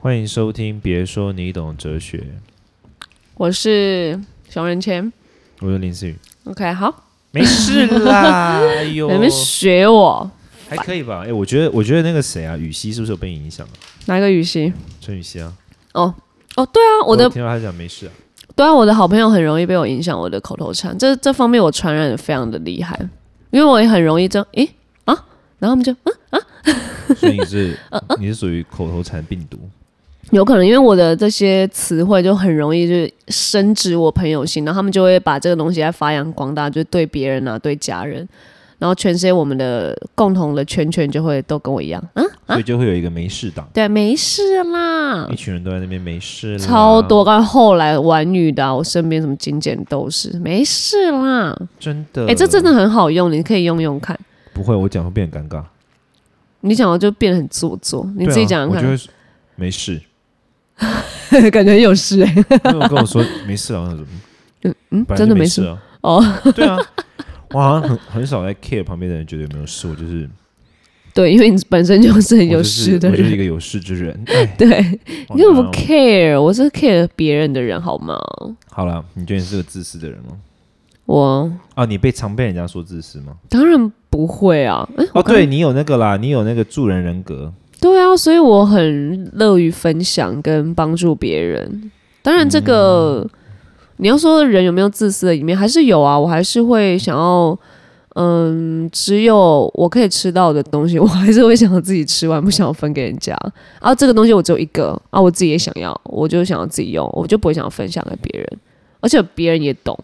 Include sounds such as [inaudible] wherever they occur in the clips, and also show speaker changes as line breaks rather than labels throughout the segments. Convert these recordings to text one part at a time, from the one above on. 欢迎收听，别说你懂哲学，
我是熊仁谦。
我是林思雨。
OK，好，
没事 [laughs] 啦，哎呦，
你们学我
还可以吧？哎、我觉得，我觉得那个谁啊，雨熙是不是有被影响啊？
哪个语系？
陈雨熙啊，
哦哦，对啊，我的
有听到他讲没事啊，
对啊，我的好朋友很容易被我影响我的口头禅，这这方面我传染的非常的厉害，因为我也很容易这样，诶啊，然后他们就嗯，
所以你
[laughs]
是
呃
你是属于口头禅病毒，
有可能因为我的这些词汇就很容易就是深植我朋友心，然后他们就会把这个东西来发扬光大，就是对别人啊，对家人。然后全世界我们的共同的圈圈就会都跟我一样，嗯，
所以就会有一个没事党，
对，啊没事啦
一，群人都在那边没事啦，
超多。，但后来玩女的啊、我身边什么金剪都是，没事啦。
真的。
哎、这真的很好用，你可以用用看。
不会，我讲会变得尴尬，
你讲的就变得很做作，你自己
对啊
讲讲看
我，就会没事，
[laughs] 感觉很有事哎、
因为我跟我说没事啊，那种
嗯嗯
本，来就
[laughs] 真的没
事
事
啊，
哦。 [laughs]
对啊，我好像很很少在 care 旁边的人觉得有没有事，我就是
对，因为你本身就是很
我
有
就
事
是
的
我就是一
人。
个有事之人，哎，
[laughs] 对，
好
你怎
难
么不
哦
care？我是 care 别人的人好吗？
好了，你觉得你是个自私的人吗？
我
啊，你被常被人家说自私吗？
当然不会啊。哎
哦，对你有那个啦，你有那个助人人格，
对啊，所以我很乐于分享跟帮助别人。当然，这个、你要说人有没有自私的一面，还是有啊。我还是会想要，嗯，只有我可以吃到的东西，我还是会想要自己吃完，不想要分给人家。啊，这个东西我只有一个啊，我自己也想要，我就想要自己用，我就不会想要分享给别人，而且别人也懂，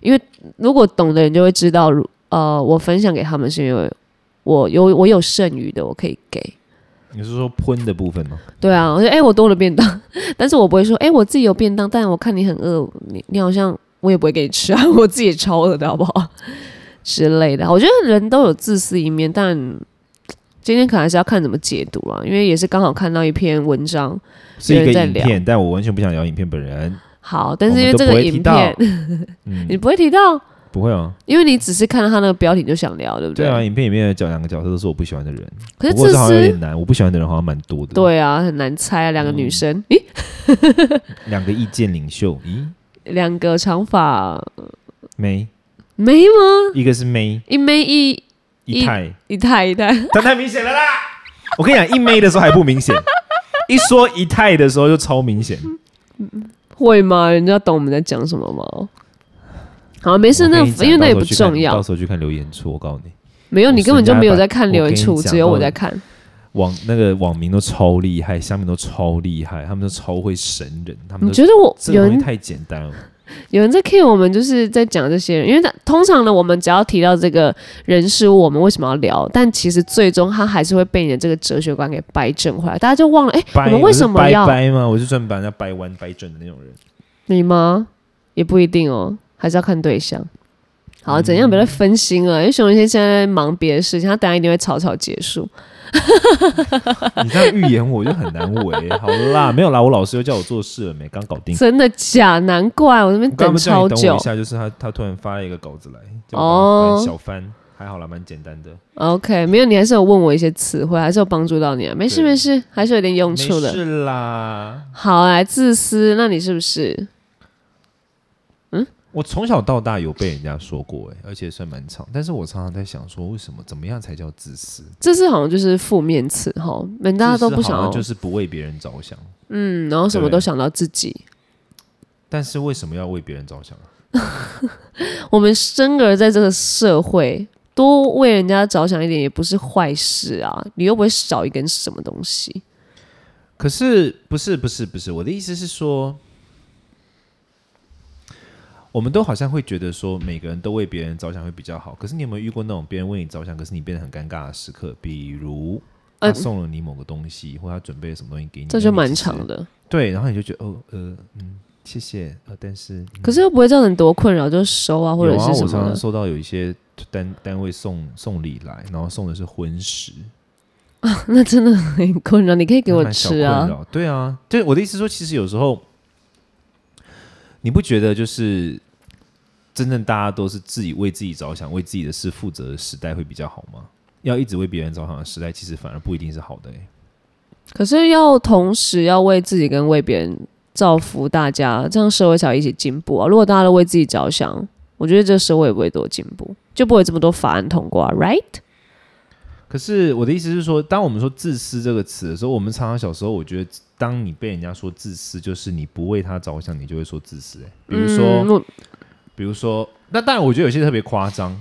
因为如果懂的人就会知道，如呃，我分享给他们是因为我有我有剩余的，我可以给。
你是说喷的部分吗？
对啊，我说哎、我多了便当，但是我不会说哎、我自己有便当，但我看你很饿，你你好像我也不会给你吃啊， [laughs] 我自己也超饿的好不好？之类的，我觉得人都有自私一面，但今天可能还是要看怎么解读啊啦，因为也是刚好看到一篇文章，
是一
有人
个
在
影
聊
片，但我完全不想聊影片本人，
好，但
我
是因
们都
为这
不
个
会提
影
到
片 [laughs] 你
嗯，
不会提到，
不会啊，
因为你只是看到他那个标题就想聊，对不
对啊，影片里面的角两个角色都是我不喜欢的人，
可是
不过
自
这好像有
私，
点嗯难，我不喜欢的人好像蛮多的，，
对啊，很难猜啊，两个女生，咦，
两个意见领袖，咦，
两个长发
妹，
啊没吗？
一个是妹，
一妹一
一
一
太，
一太一太。
他太明显了啦，我跟你讲，一妹的时候还不明显，一说一太的时候就超明显，
会吗？人家懂我们在讲什么吗？好，没事，
我
那
跟你讲
因为那
到
也
时候
不
去看
重要
到。时候去看留言处，我告诉你。
没有，
我
你根本就没有在看留言
我
处，
跟你讲
只有我在看。
网那个网民都超厉害，下面都超厉害，他们都超会神人，他们
你
都
觉得我
这
有
个东西
人
太简单了。
有人在 care 我们，就是在讲这些人，因为他通常呢，我们只要提到这个人事物，我们为什么要聊？但其实最终他还是会被你的这个哲学观给掰正回来，大家就忘了，哎、
掰
我们为什么要
我是掰掰吗？我是专门把人家掰弯掰正的那种人。
你吗？也不一定哦，还是要看对象。好，怎
嗯
样？别再分心了，因为熊仁先现在在忙别的事情，他等一下一定会草草结束。
你这样预言我就很难为。好啦，没有啦，我老师又叫我做事了没？刚搞定。
真的假？难怪我那边
我刚刚不是叫
超
你等我
久
一。下，就是他他突然发了一个稿子来，叫我
哦
翻小翻，还好啦，蛮简单的。
OK，没有，你还是有问我一些词汇，还是有帮助到你啊。没事
对
没事，还是有点用
没
处的。
事啦，
好，来自私，那你是不是？
我从小到大有被人家说过、欸，而且算蛮长。但是我常常在想说，为什么怎么样才叫自私？
自私好像就是负面词哈，人大家都不
自私
想
好
要，
像就是不为别人着想。
嗯，然后什么
对
都想到自己。
但是为什么要为别人着想啊？
我们生而在这个社会，多为人家着想一点也不是坏事啊。你又不会少一根什么东西。
可是不是不是不是，我的意思是说，我们都好像会觉得说，每个人都为别人着想会比较好。可是你有没有遇过那种别人为你着想，可是你变得很尴尬的时刻？比如他
嗯
送了你某个东西，或他准备了什么东西给你，
这
那
就
你
蛮
其实
长的，
对，然后你就觉得哦呃嗯谢谢呃，但是、嗯
可是又不会造成多困扰，就收啊或者
有啊，
是
我
什
常
么
常
的。
收到有一些单单位送送礼来，然后送的是荤食，
[laughs] 那真的很困扰，你可以给
还
我
蛮小
吃啊
困。扰。对啊，对我的意思是说，其实有时候你不觉得就是真正大家都是自己为自己着想、为自己的事负责的时代会比较好吗？要一直为别人着想的时代，其实反而不一定是好的、欸。
可是要同时要为自己跟为别人造福大家，这样社会才会一起进步啊！如果大家都为自己着想，我觉得这社会也不会多进步，就不会这么多法案通过、啊、，right？
可是我的意思是说，当我们说自私这个词的时候，我们常常小时候，我觉得当你被人家说自私，就是你不为他着想，你就会说自私、欸。比如说，
嗯我
比如说，那当然，我觉得有些特别夸张，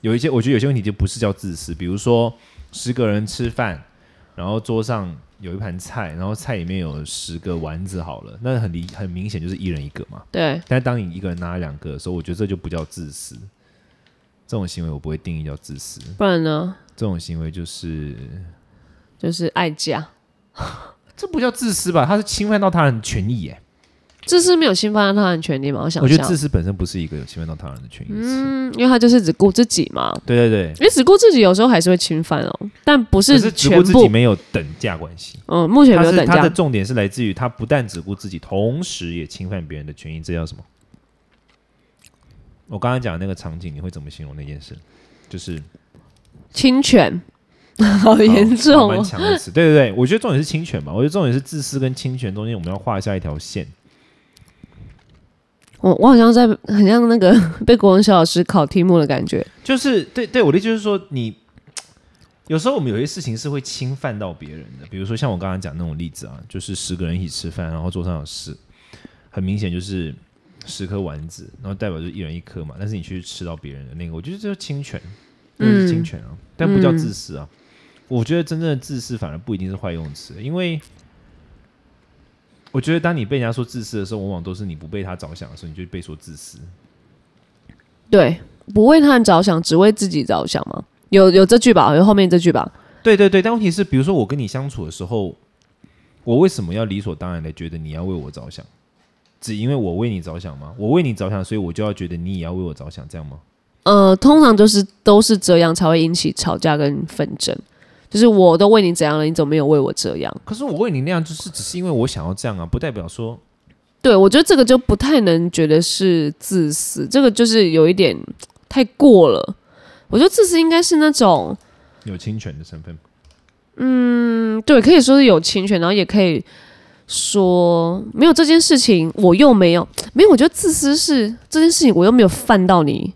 有一些我觉得有些问题就不是叫自私，比如说十个人吃饭，然后桌上有一盘菜，然后菜里面有十个丸子，好了，那很理很明显就是一人一个嘛。
对，
但是当你一个人拿了两个的时候，我觉得这就不叫自私，这种行为我不会定义叫自私，
不然呢，
这种行为就是
就是爱家。
这不叫自私吧？他是侵犯到他人的权益耶、
自私没有侵犯到他人权利吗？我想
我
一
觉得
下，
自私本身不是一个有侵犯到他人的权益的事。
嗯，因为他就是只顾自己嘛，
对对对，
因为只顾自己有时候还是会侵犯哦，但不
只
是
是只
全
顾自己
部。
没有等价关系。
嗯，目前
他
没有等
是他
价
的。重点是来自于他不但只顾自己，同时也侵犯别人的权益，这叫什么？我刚刚讲的那个场景，你会怎么形容那件事？就是 [laughs]
侵权，好严
好
重
哦蛮
哦。
强的词。对对对，我觉得重点是侵权吧。我觉得重点是自私跟侵权中间，我们要画下一条线。
我我好像在很像那个 [laughs] 被国文小老师考题目的感觉。
就是对对，我的意思就是说，你有时候我们有些事情是会侵犯到别人的，比如说像我刚刚讲那种例子啊，就是十个人一起吃饭，然后桌上有十，很明显就是十颗丸子，然后代表就是一人一颗嘛，但是你去吃到别人的那个，我觉得这就是侵权，这就是侵权啊，但不叫自私啊。我觉得真正的自私反而不一定是坏用词，因为。我觉得，当你被人家说自私的时候，往往都是你不被他着想的时候，你就被说自私。
对，不为他人着想，只为自己着想吗？有有这句吧，有后面这句吧。
对对对，但问题是，比如说我跟你相处的时候，我为什么要理所当然的觉得你要为我着想？只因为我为你着想吗？我为你着想，所以我就要觉得你也要为我着想，这样吗？
呃，通常就是都是这样才会引起吵架跟纷争。就是我都为你怎样了，你怎么没有为我这样？
可是我为你那样，就是只是因为我想要这样啊，不代表说
对我觉得这个就不太能觉得是自私，这个就是有一点太过了。我觉得自私应该是那种，
有侵权的身份。
嗯，对，可以说是有侵权，然后也可以说没有这件事情，我又没有没有。我觉得自私是这件事情，我又没有犯到你，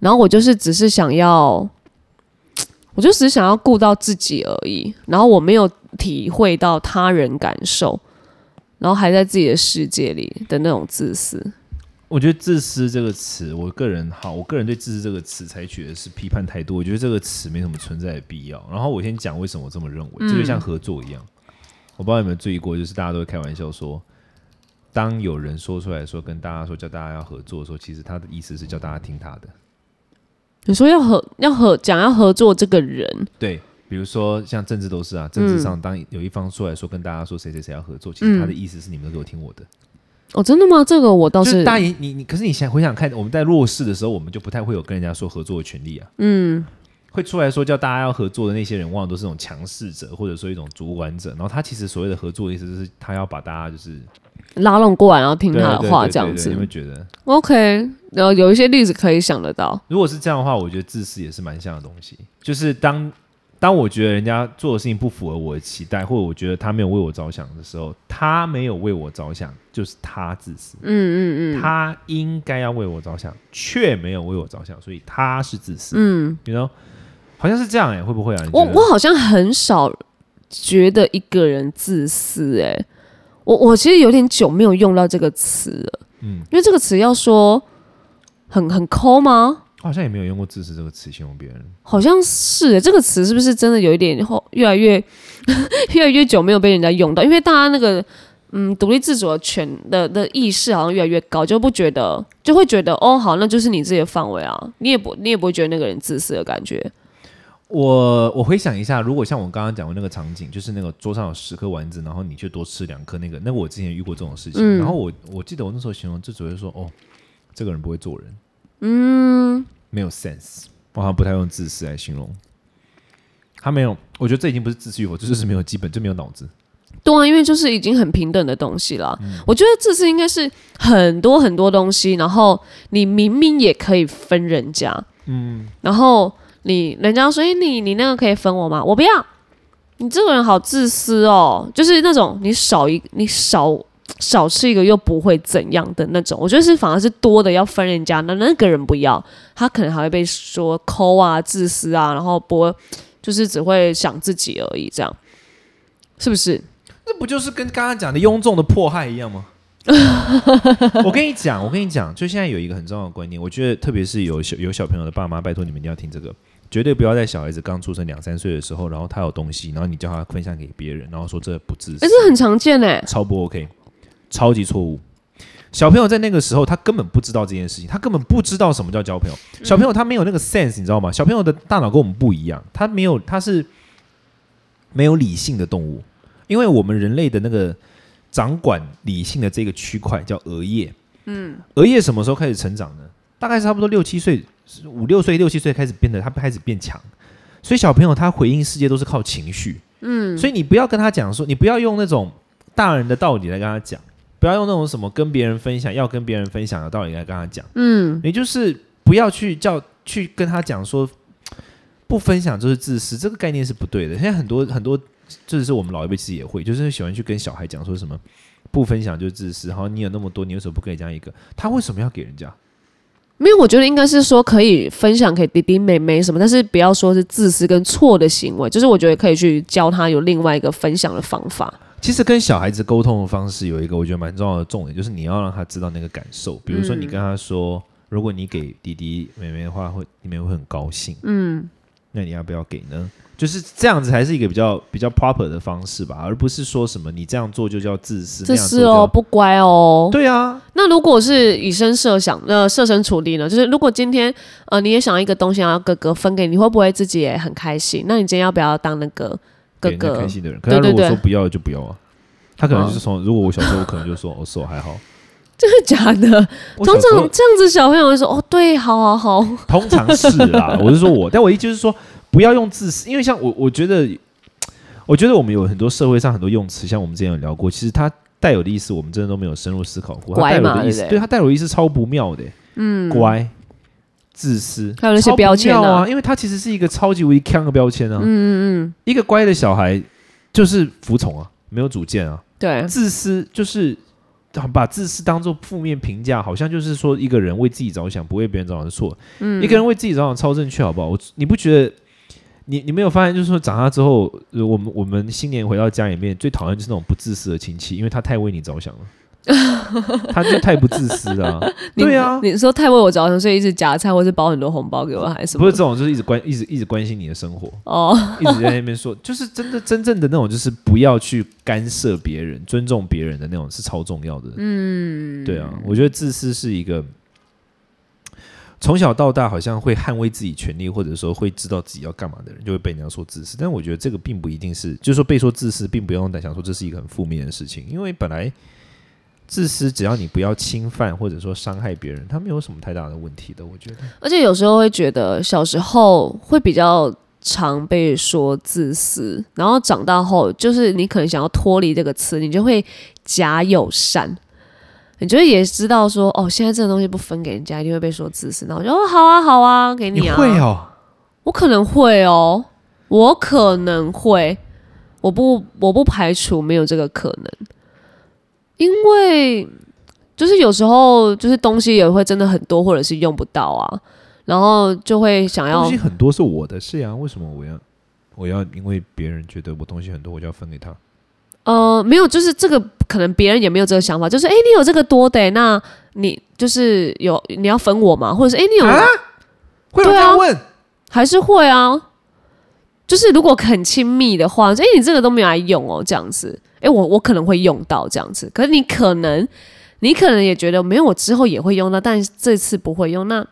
然后我就是只是想要，我就只是想要顾到自己而已，然后我没有体会到他人感受，然后还在自己的世界里的那种自私。
我觉得“自私”这个词，我个人好，我个人对“自私”这个词采取的是批判态度。我觉得这个词没什么存在的必要。然后我先讲为什么我这么认为，这就像合作一样。我不知道你们注意过，就是大家都会开玩笑说，当有人说出来说跟大家说叫大家要合作的时候，其实他的意思是叫大家听他的。
你说要合要合讲要合作这个人，
对，比如说像政治都是啊，政治上当有一方出来说跟大家说谁谁谁要合作，其实他的意思是你们都给我听我的。
哦，真的吗？这个我倒
就是
是
大爷，你你，可是你想回想看，我们在弱势的时候，我们就不太会有跟人家说合作的权利啊。嗯，会出来说叫大家要合作的那些人，往往都是那种强势者，或者说一种主管者。然后他其实所谓的合作的意思，就是他要把大家就是
拉拢过来，然后听
对啊
他
对
的话，
对对
这样
对
子
你。会觉得，
OK，然后有一些例子可以想得到。
如果是这样的话，我觉得自私也是蛮像的东西。就是当当我觉得人家做的事情不符合我的期待，或者我觉得他没有为我着想的时候，他没有为我着想，就是他自私。
嗯嗯嗯，
他应该要为我着想，却没有为我着想，所以他是自私。
嗯，
你 you know? 好像是这样哎、会不会啊？你觉
我
得
我好像很少觉得一个人自私、欸，我我其实有点久没有用到这个词了，
嗯，
因为这个词要说很很抠吗？
我好像也没有用过“自私”这个词形容别人。
好像是、欸、这个词是不是真的有一点后越来越 [laughs] 越来越久没有被人家用到？因为大家那个嗯独立自主的权的的意识好像越来越高，就不觉得就会觉得哦好，那就是你自己的范围啊，你也不你也不会觉得那个人自私的感觉。
我我回想一下，如果像我刚刚讲过那个场景，就是那个桌上有十颗丸子，然后你却多吃两颗，那个那个我之前也遇过这种事情。
嗯
然后我我记得我那时候形容就只会说哦，这个人不会做人，
嗯，
没有 sense，我好像不太用自私来形容。他没有，我觉得这已经不是自私与否，这就是没有基本，就没有脑子。
对啊，因为就是已经很平等的东西了。我觉得自私应该是很多很多东西，然后你明明也可以分人家，嗯，然后你人家说，哎、你你那个可以分我吗？我不要，你这个人好自私哦，就是那种你少一你少少吃一个又不会怎样的那种，我觉得是反而是多的要分人家，那那个人不要，他可能还会被说抠啊、自私啊，然后不就是只会想自己而已，这样是不是？
那不就是跟刚刚讲的庸众的迫害一
[laughs]
样吗？我跟你讲，我跟你讲，就现在有一个很重要的观念，我觉得特别是有小有小朋友的爸妈，拜托你们一定要听这个，绝对不要在小孩子刚出生两三岁的时候，然后他有东西，然后你叫他分享给别人，然后说这不自私
哎、，这很常见哎、
超不 OK，超级错误。小朋友在那个时候，他根本不知道这件事情，他根本不知道什么叫交朋友。小朋友他没有那个 sense，你知道吗？小朋友的大脑跟我们不一样，他没有，他是没有理性的动物，因为我们人类的那个掌管理性的这个区块叫额叶。嗯，额叶什么时候开始成长呢？大概是差不多六七岁，五六岁、六七岁开始变得，他开始变强。所以小朋友他回应世界都是靠情绪。嗯，所以你不要跟他讲说，你不要用那种大人的道理来跟他讲，不要用那种什么跟别人分享要跟别人分享的道理来跟他讲。嗯，你就是不要去叫去跟他讲说不分享就是自私，这个概念是不对的。现在很多很多，就是我们老一辈其实也会，就是喜欢去跟小孩讲说什么不分享就是自私，然后你有那么多，你为什么不给人家一个？他为什么要给人家？
没有，我觉得应该是说可以分享给弟弟妹妹什么，但是不要说是自私跟错的行为，就是我觉得可以去教他有另外一个分享的方法。
其实跟小孩子沟通的方式有一个我觉得蛮重要的重点，就是你要让他知道那个感受。比如说你跟
嗯
他说，如果你给弟弟妹妹的话，会你们会很高兴。嗯，那你要不要给呢？就是这样子才是一个比较比较 proper 的方式吧，而不是说什么你这样做就叫自私，
自
那
私
样
哦，
做就
不乖哦
叫。对啊，
那如果是以身设想，那、设身处地呢？就是如果今天呃你也想要一个东西，然后哥哥分给你，你会不会自己也很开心？那你今天要不要当那个哥
给人家
哥
开？
[laughs]
心的人。可是他如
对
果
对
说
对
不要就不要啊，他可能就是
[laughs]
从如果我小时候，我可能就说哦，是我还好。
真的假的？
我
通
小时
常
候
这样子小朋友会说哦，对，好好好，
通常是
[laughs]
啦，我是说我，但我意思就是说，不要用自私，因为像我，我觉得，我觉得我们有很多社会上很多用词，像我们之前有聊过，其实它带有的意思，我们真的都没有深入思考过。它带
乖
有
嘛
的意思，
对不对
对它带有的意思超不妙的、嗯，乖、自私，
还有那些
超不
标签
妙
啊
啊，因为它其实是一个超级无敌强的标签啊。嗯嗯嗯，一个乖的小孩就是服从啊，没有主见啊。
对，
自私就是把自私当做负面评价，好像就是说一个人为自己着想，不为别人着想是错。嗯，一个人为自己着想超正确，好不好？我你不觉得？你你没有发现，就是说长大之后，呃我们我们新年回到家里面，最讨厌就是那种不自私的亲戚，因为他太为你着想
[laughs]
了，他就太不自私了啊、
你
对啊，
你说太为我着想，所以一直夹菜或是包很多红包给我，还是什么
不是这种，就是一直关一直一直关心你的生活，
哦。 [laughs]
一直在那边说， [laughs] 就是真的真正的那种，就是不要去干涉别人、尊重别人的那种是超重要的。嗯，对啊，我觉得自私是一个从小到大好像会捍卫自己权利，或者说会知道自己要干嘛的人，就会被人家说自私。但我觉得这个并不一定是，就是说被说自私，并不用想说这是一个很负面的事情，因为本来。自私，只要你不要侵犯或者说伤害别人，他没有什么太大的问题的。我觉得，
而且有时候会觉得小时候会比较常被说自私，然后长大后就是你可能想要脱离这个词，你就会假友善。你就会也知道说，哦，现在这个东西不分给人家，一定会被说自私。然后我就哦，好啊，好啊，给啊。
会哦，
我可能会哦，我可能会，我不我不排除没有这个可能，因为就是有时候就是东西也会真的很多，或者是用不到啊，然后就会想
东
要
西很多是我的事呀、为什么我要我要因为别人觉得我东西很多，我就要分给他？
呃没有，就是这个可能别人也没有这个想法，就是诶，你有这个多的、那你就是有你要分我吗？或者是诶，你有、
啊会
有人这样
问？
还是会啊，就是如果很亲密的话，哎、你这个都没有来用哦，这样子，哎、我我可能会用到这样子，可是你可能，你可能也觉得没有，我之后也会用到，但这次不会用。那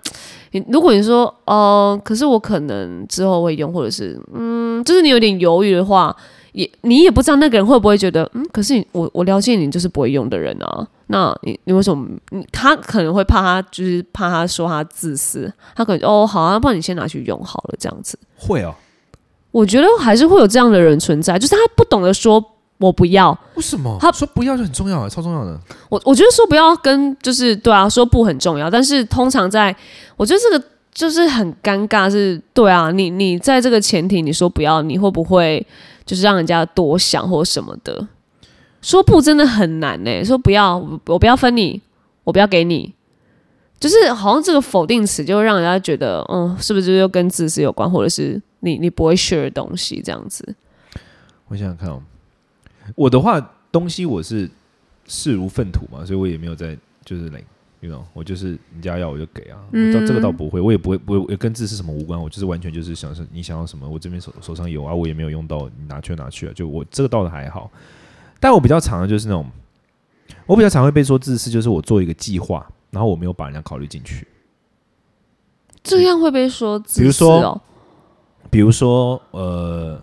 你如果你说，哦、可是我可能之后会用，或者是，嗯，就是你有点犹豫的话，也你也不知道那个人会不会觉得，嗯，可是你我我了解你就是不会用的人啊，那你你为什么？你他可能会怕他就是怕他说他自私，他可能哦好啊，不然你先拿去用好了这样子。
会哦，
我觉得还是会有这样的人存在，就是他不懂得说我不要，
为什么？
他
说不要就很重要啊，超重要的。
我我觉得说不要跟就是对啊，说不很重要，但是通常在我觉得这个就是很尴尬是，对啊，你你在这个前提你说不要，你会不会就是让人家多想或什么的。说不真的很难呢、说不要，我我不要分你，我不要给你，就是好像这个否定词就会让人家觉得，嗯，是不是又跟自私有关，或者是你你不会 share 的东西这样子。
我想想看哦，我的话东西我是视如粪土嘛，所以我也没有在就是来。you know，我就是人家要我就给啊，
嗯
这这个倒不会，我也不会，我也跟自私什么无关，我就是完全就是想是你想要什么，我这边手手上有啊，我也没有用到，你拿去就拿去啊，就我这个倒是还好，但我比较常的就是那种，我比较常会被说自私，就是我做一个计划，然后我没有把人家考虑进去，
这样会被说自私、
嗯
哦，
比如说比如说，呃，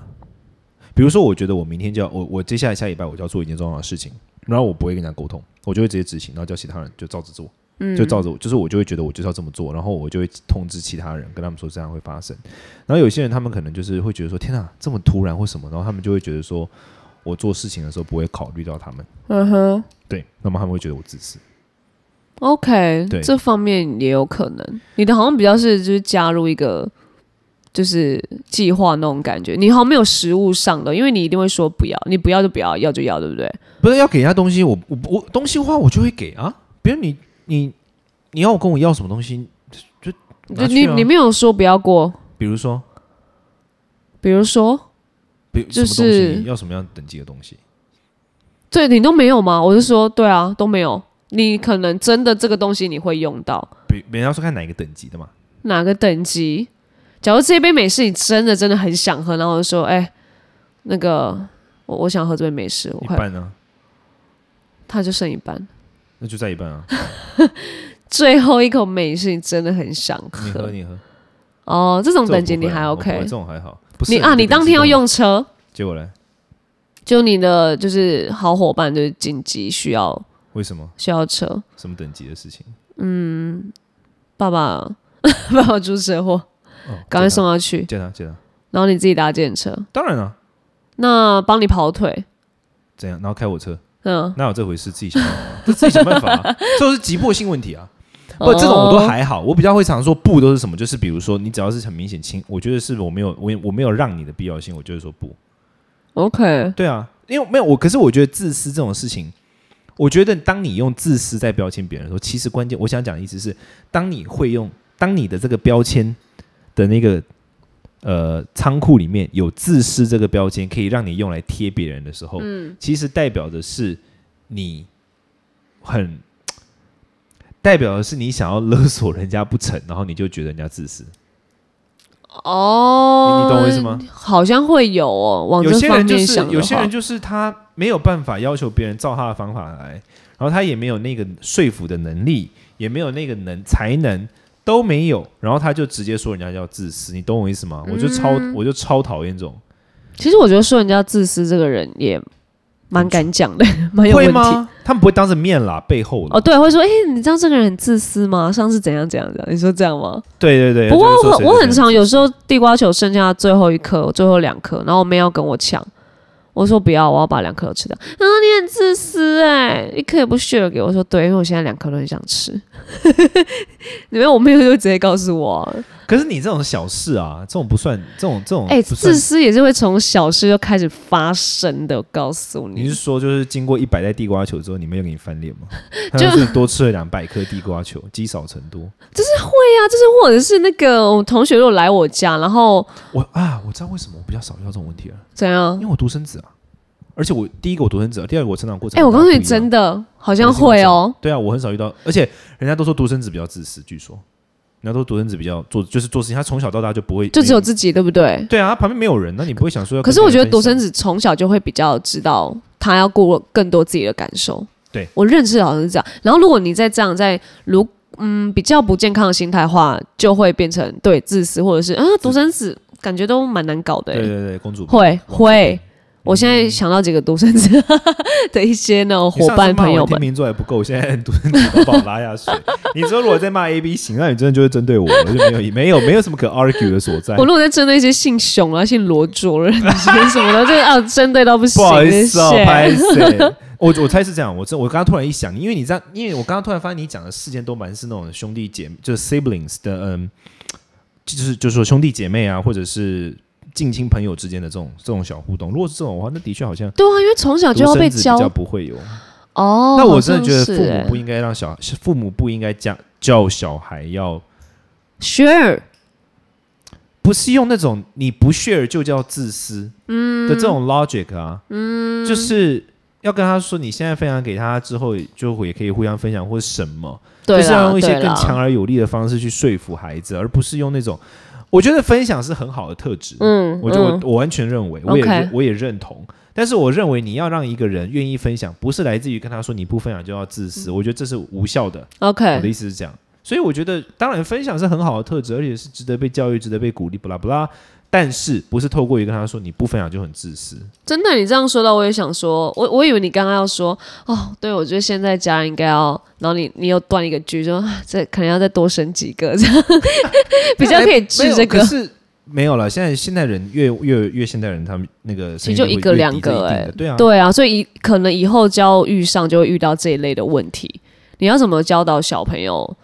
比如说，我觉得我明天就要，我我接下来下礼拜我就要做一件重要的事情，然后我不会跟人家沟通，我就会直接执行，然后叫其他人就照着做，
嗯
就照着我，就是我就会觉得我就是要这么做，然后我就会通知其他人，跟他们说这样会发生。然后有些人他们可能就是会觉得说，天哪，这么突然或什么，然后他们就会觉得说我做事情的时候不会考虑到他们，
嗯哼
对，那么他们会觉得我自私。
，OK，
对
这方面也有可能。你的好像比较是就是加入一个就是计划那种感觉，你好像没有实物上的，因为你一定会说不要，你不要就不要，要就要，对不对？
不是要给人家东西，我我我东西的话我就会给啊，比如你你你要我跟我要什么东西，就就拿
就你
去啊
你没有说啊不要过，
比如说。
比如说。
比
就
什么东西
是
要什么样等级的东西？
对你都没有吗？我是说，对啊，都没有。你可能真的这个东西你会用到
比人家说看哪一个等级的嘛。
哪个等级？假如这一杯美式你真的真的很想喝，然后我就说，哎、那个我我想喝这杯美式，我
一
快，
半呢、
它就剩一半，
那就在一半
[laughs]
啊。
最后一口美式你真的很想
你喝
喝
你喝，
哦，这种
这我
等级
不
你
会啊
还
我不会
OK？
这种还好。不是
你啊，
这
你当
等级
天要
都
用车，
结果嘞？
就你的就是好伙伴就是紧急需要
为什么？
需要车，
什么等级的事情？
爸爸 [laughs] 爸爸出车祸，
哦，
赶快
见
送他去
他，，见他，见他。
然后你自己搭电车。
当然了、啊
那帮你跑腿，
怎样？然后开我车，
嗯，
哪有这回事？自己想办法啊，这自己想办
[laughs]
法、啊， [laughs] 这是急迫性问题啊。不，
哦
这种我都还好。我比较会常说不都是什么，就是比如说你只要是很明显轻，我觉得是我没有我我没有让你的必要性，我就会说不。
哦 OK，
对啊，因为没有我，可是我觉得自私这种事情，我觉得当你用自私在标签别人的时候，其实关键我想讲的意思是，当你会用，当你的这个标签的那个呃仓库里面有自私这个标签，可以让你用来贴别人的时候，
嗯，
其实代表的是你很。代表的是你想要勒索人家不成，然后你就觉得人家自私。
哦，
你你懂我意思吗？
好像会有哦，往
有
这
些
方
人就
面
是
想的
有些
话
人就是他没有办法要求别人照他的方法来，然后他也没有那个说服的能力，也没有那个能才能都没有，然后他就直接说人家叫自私，你懂我意思吗？我就超、
嗯
我就超讨厌这种，
其实我觉得说人家自私这个人也蛮敢讲的， [laughs] 蛮有
会
问题。
吗？他们不会当着面啦，背后啦
哦，对，会说，哎、你知道这个人很自私吗？上次怎样怎样怎样？你说这样吗？
对对对。
不过
就是说
我
谁
我
谁
很
谁
常有时候地瓜球剩下最后一颗，最后两颗，然后我妹要跟我抢，我说不要，我要把两颗都吃掉。然后你很自私哎、一颗也不 share 给我。我说对，因为我现在两颗都很想吃。 [laughs] 你们我妹就直接告诉我啊，
可是你这种小事啊，这种不算，这种这种
哎、
哦不算
自。私也是会从小事就开始发生的。我告诉
你
你
是，说，就是经过一百袋地瓜球之后，你妹又给你翻脸
[laughs]
吗？他
就
就是多吃了两百颗地瓜球，积少成多。
或者啊是那个我同学如果来我家，然后
我啊，我知道为什么我比较少遇到这种问题了。
怎样
因？为我独生子啊，而且我第一个我独生子，第二个我成长过程。
哎、我告诉你，
的
真的好像会哦。
对啊，我很少遇到，而且人家都说独生子比较自私，据说人家都说独生子比较做就是做事情，他从小到大就不会
就只有
没
自己，对不对？
对啊，他旁边没有人，那你不会想说要
可
跟
是
别人
我
分
觉
享？
得独生子从小就会比较知道他要顾更多自己的感受。
对
我认识好像是这样。然后如果你再这样，在如嗯比较不健康的心态的话，就会变成对自私，或者是啊独生子感觉都蛮难搞的欸、
对对嗯对，公主病
会
公主
会
病。
我现在想到几个独生子 [laughs] 的一些那种伙伴朋友
你上次骂我天
们，
秤座还不够，现在独生子都把我拉下水。你之后如果再骂 A B 型，那你真的就会针对我了，就没有没有没有什么可 argue 的所在
我。如果在针对一些姓熊啊、姓罗卓的人 [laughs] 什么的，这个啊针对到不行，
不好意思哦
谢，谢
拍
[laughs]
谁？我我猜是这样，我这我刚刚突然一想，因为你这样，因为我刚刚突然发现你讲的事件都蛮是那种兄弟姐妹，就是 siblings 的，嗯，就是就是说兄弟姐妹啊，或者是近亲朋友之间的这种这种小互动，如果是这种的话，那的确好像
对啊，因为从小就要
独
被
生子
教
比较不会有。
哦。
那我真的
好
觉得
像
父
是
母
欸
不应该让小父母不应该教教小孩要，
sure，
不是用那种你不 share 就叫自私，嗯的这种 logic 啊，嗯，就是要跟他说你现在分享给他之后，就也可以互相分享或者什么，
对
就是要
啦，
用一些
对
更
啦，
强而有力的方式去说服孩子，而不是用那种。我觉得分享是很好的特质，
嗯，
我就我
嗯
我完全认为，我也
OK
认我也认同。但是我认为你要让一个人愿意分享，不是来自于跟他说你不分享就要自私，
嗯
我觉得这是无效的。我的
OK，
意思是这样，所以我觉得当然分享是很好的特质，而且是值得被教育、值得被鼓励，不啦不啦。但是不是透过一个跟他说你不分享就很自私？
真的，你这样说到，我也想说，我我以为你刚刚要说，哦，对，我觉得现在家人应该要，然后你你又断一个句，说啊这可能要再多生几个，这样 [laughs] [laughs] 比较可以
哎没
治这
有可
个。
是没有了，现在现代人越越越现代人，他们那个
其实就一个两个
哎、
哎、
对啊，
对啊，所以以可能以后教育上就会遇到这一类的问题。你要怎么教导小朋友，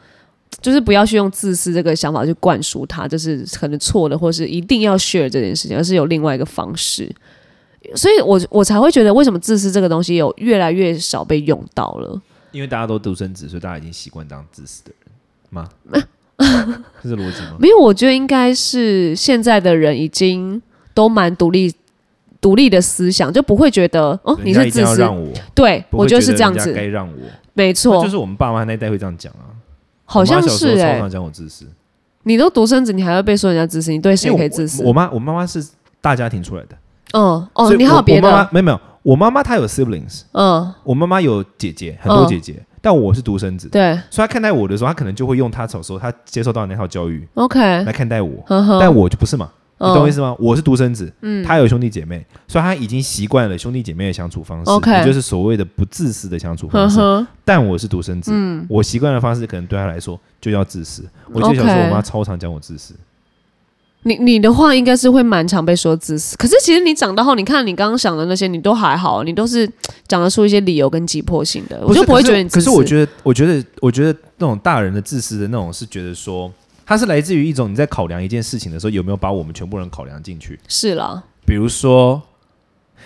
就是不要去用自私这个想法去灌输他，这是可能错的，或是一定要 share 这件事情，而是有另外一个方式。所以我我才会觉得，为什么自私这个东西有越来越少被用到了？
因为大家都独生子，所以大家已经习惯当自私的人吗？这 [laughs] 是逻辑吗？
没有，我觉得应该是现在的人已经都蛮独立、独立的思想，就不会觉得哦
人
你
家
是
一定
自
要
私
让。我，
对，
不
我
会觉
觉得是这样
人家
子，
该让我，
没错
就，是我们爸妈那一代会这样讲啊。
好像
我妈小时候
是哎、
常常讲我自私，
你都独生子，你还会被说人家自私，你对谁
因为
可以自私
我？我妈我妈妈是大家庭出来的，
嗯，
所
哦，
以
你还有
我
别
我妈妈
的？
没有没有，我妈妈她有 siblings，
嗯，
我妈妈有姐姐，很多姐姐，但我是独生子，
对
所以她看待我的时候，她可能就会用她小时候她接受到的那套教育
，OK，
来看待我，
呵嗯呵，
但我就不是嘛，你懂我意
思？
思吗？我是独生子，
嗯
她有兄弟姐妹，所以她已经习惯了兄弟姐妹的相处方式
OK 嗯
也就是所谓的不自私的相处
呵
方式。
呵，
但我是独生子，
嗯
我习惯的方式可能对她来说就叫自私。我记得小时候
OK
我妈超常讲我自私，
你你的话应该是会蛮常被说自私，可是其实你长大后，你看你刚刚想的那些，你都还好，你都是讲得出一些理由跟急迫性的，我
是
就不会
可
觉
是
得你自私。
可是我觉得，我觉得，我觉得那种大人的自私的那种，是觉得说，它是来自于一种你在考量一件事情的时候，有没有把我们全部人考量进去。
是啦，
比如说，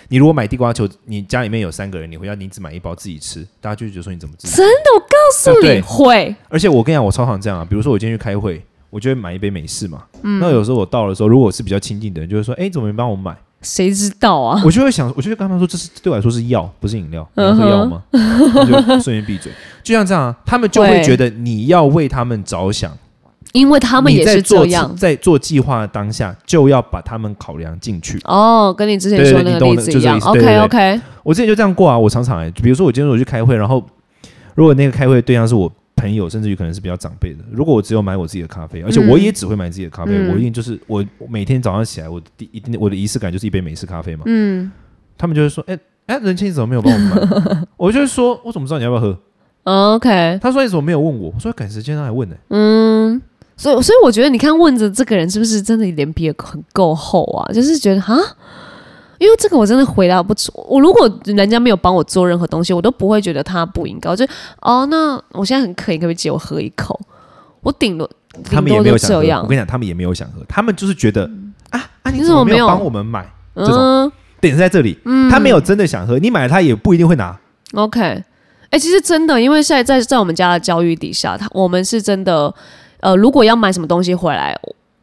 你如果买地瓜球，你家里面有三个人，你回家你只买一包自己吃，大家就觉得说你怎么自己？
真的，我告诉
对
你
对
会，
而且我跟你讲，我超常这样啊。比如说我今天去开会，我就会买一杯美式嘛。
嗯
那有时候我到的时候，如果我是比较亲近的人，就会说，哎，怎么没帮我买？
谁知道啊？
[laughs] 我就会想，我就会跟他们说，这是对我来说是药，不是饮料。你
嗯
要喝药吗？我就
[laughs]
顺便闭嘴。就像这样啊，他们就会
会
觉得你要为他们着想，
因为他们
你
也
在
是
做
这
计
样。
在做计划的当下就要把他们考量进去。
哦，跟你之前
对对对
说那
你
个
懂
例
的
子
就
一
是
样
意思对对
，OK
对
OK，
我之前就这样过啊，我常常哎、比如说我今天我去开会，然后如果那个开会的对象是我朋友，甚至于可能是比较长辈的，如果我只有买我自己的咖啡，而且我也只会买自己的咖啡，
嗯
我一定就是我我每天早上起来，我的第一定我的仪式感就是一杯美式咖啡嘛。
嗯
他们就会说，哎、哎，仁青你怎么没有帮我买？ [laughs] 我就会说，我怎么知道你要不要喝？
，OK，
他说哎你怎么没有问我？我说赶时间他啊还问呢、
嗯，所以所以我觉得你看问着这个人是不是真的脸皮很够厚啊？就是觉得啊，因为这个我真的回答不出。我如果人家没有帮我做任何东西，我都不会觉得他不应该。我就哦，那我现在很渴，你可不可以借我喝一口？我顶多
他们
顶
也
多
没有
就
想喝。
这
我
样嗯
跟，你讲，他们也没有想喝，他们就是觉得啊啊，
你
怎
怎么
没
没有
帮我们买？这种
嗯
点是在这里，他没有真的想喝，你买了他也不一定会拿。
，OK，哎、其实真的，因为现在在在我们家的教育底下，他我们是真的，呃，如果要买什么东西回来。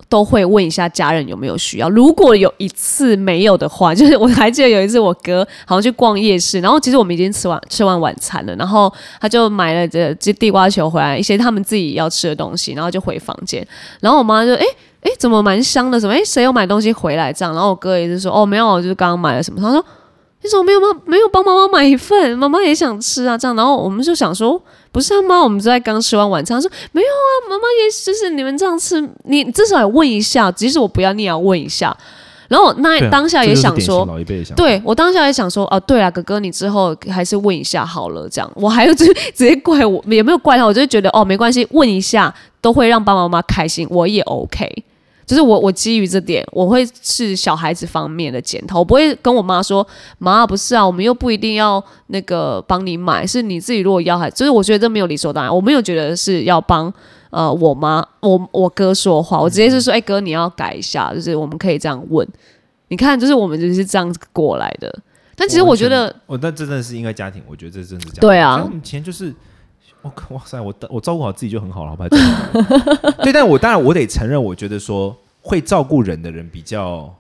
都会问一下家人有没有需要。如果有一次没有的话， [laughs] 就是我还记得有一次我哥好像去逛夜市，然后其实我们已经吃完吃完晚餐了，然后他就买了这这地瓜球回来，一些他们自己要吃的东西，然后就回房间。然后我妈就哎哎怎么蛮香的什么哎谁有买东西回来这样？然后我哥也是说哦没有，我就是刚刚买了什么。他说你怎么没有帮没有帮妈妈买一份？妈妈也想吃啊这样。然后我们就想说不是啊妈，我们就在刚吃完晚餐。他说没有啊，妈妈也就是你们这样吃，你至少也问一下，即使我不要你也要问一下。然后我
对
那
啊
当下
这
也
就是
想
典型
说，
老一辈的想法，
对我当下也想说，哦、对啊，哥哥，你之后还是问一下好了，这样。我还有就 [laughs] 直接怪我，也没有怪他，我就觉得哦，没关系，问一下都会让爸爸妈妈开心，我也 OK。就是我，我基于这点，我会是小孩子方面的检讨，我不会跟我妈说，妈不是啊，我们又不一定要那个帮你买，是你自己如果要还，就是我觉得这没有理所当然，我没有觉得是要帮呃
嗯
我妈我我哥说话，我直接是说，哎、哥你要改一下，就是我们可以这样问，你看，就是我们就是这样子过来的。但其实我觉得，
哦，但这真的是应该家庭，我觉得这真的是家庭。
对啊
像我们以前就是，我、靠，哇塞，我我照顾好自己就很好了，好不好？ [laughs] 对，但我当然我得承认，我觉得说会照顾人的人比较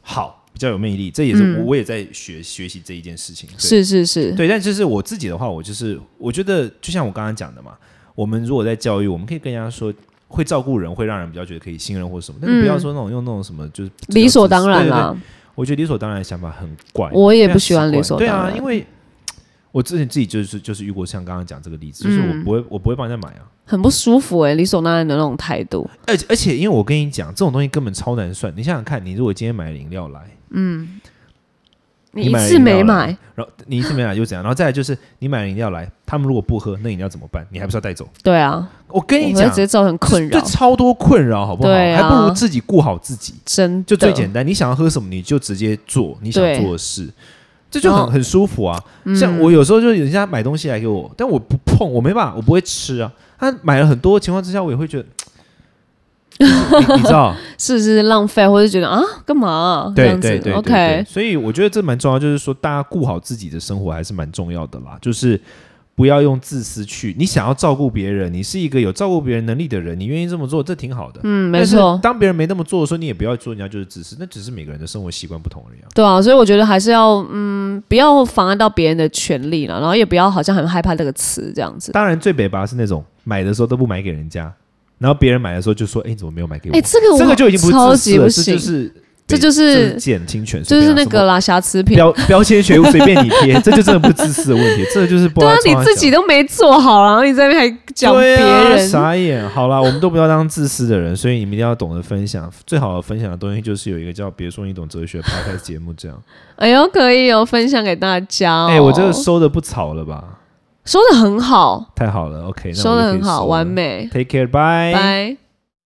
好，比较有魅力，这也是、
嗯
我我也在学学习这一件事情。对
是是是，
对，但就是我自己的话，我就是我觉得，就像我刚刚讲的嘛，我们如果在教育，我们可以跟人家说。会照顾人，会让人比较觉得可以信任或什么，但是不要
嗯
说那种、用那种什么，就是
理所当然
对对对
啦。
我觉得理所当然的想法很怪，
我也
非常
不喜欢
奇怪
理所当然
对啊，因为我之前自己就是就是遇过像刚刚讲这个例子，就是我
嗯
不会我不会帮人家买啊，
很不舒服哎、理所当然的那种态度。
而且而且因为我跟你讲，这种东西根本超难算。你想想看，你如果今天买了饮料来，
你
你
一
买了
次
饮料
没
了
买，
然后你一次没买又怎样？然后再来就是你买了饮料来，他们如果不喝，那饮料怎么办？你还不是要带走？
对啊，
我跟
我
你
会
讲
直，接造成困
这
扰
这，超多困扰，好不好？
对啊
还不如自己顾好自己。
真的
就最简单，你想要喝什么你就直接做你想
对
做的事，这就
然
很
后嗯
很舒服啊。像我有时候就人家买东西来给我，但我不碰，我没办法，我不会吃啊。他买了很多情况之下，我也会觉得，就是你你知道，
[laughs] 是不是浪费，或者觉得啊干嘛啊、这
对
样子
对对对
o
对
k
所以我觉得这蛮重要，就是说大家顾好自己的生活还是蛮重要的啦，就是。不要用自私去，你想要照顾别人，你是一个有照顾别人能力的人，你愿意这么做，这挺好的。
嗯，没
但是
错，
当别人没那么做的时候，你也不要说人家就是自私，那只是每个人的生活习惯不同而已啊。
对啊，所以我觉得还是要嗯，不要妨碍到别人的权利了，然后也不要好像很害怕这个词这样子。
当然，最北拔是那种买的时候都不买给人家，然后别人买的时候就说：“哎、你怎么没有买给我？”
哎、这个我
这个就已经不
超
是自
级
私
不
了，这就，
行
是
这就
这
是
是减轻权，
就是
随便
那
啊
个
什么
啦，瑕疵品。
标标签学物随便你贴，这就真的不是自私的问题，这个就是不
对啊
知道，
你
在
自己都没做好，然后你在那边还
讲
讲别
对啊
人，
傻眼。好啦，我们都不要当自私的人，所以你们一定要懂得分享。最好的分享的东西就是有一个叫“别说你懂哲学 ”podcast 节目这样。
哎呦，可以哦，分享给大家、哦。
哎、我这个收的不草了吧？
说的很好，
哎太好了，OK，那我
说
就
的
可以
很好，
收
完
了。哎
美，
Take care，
拜。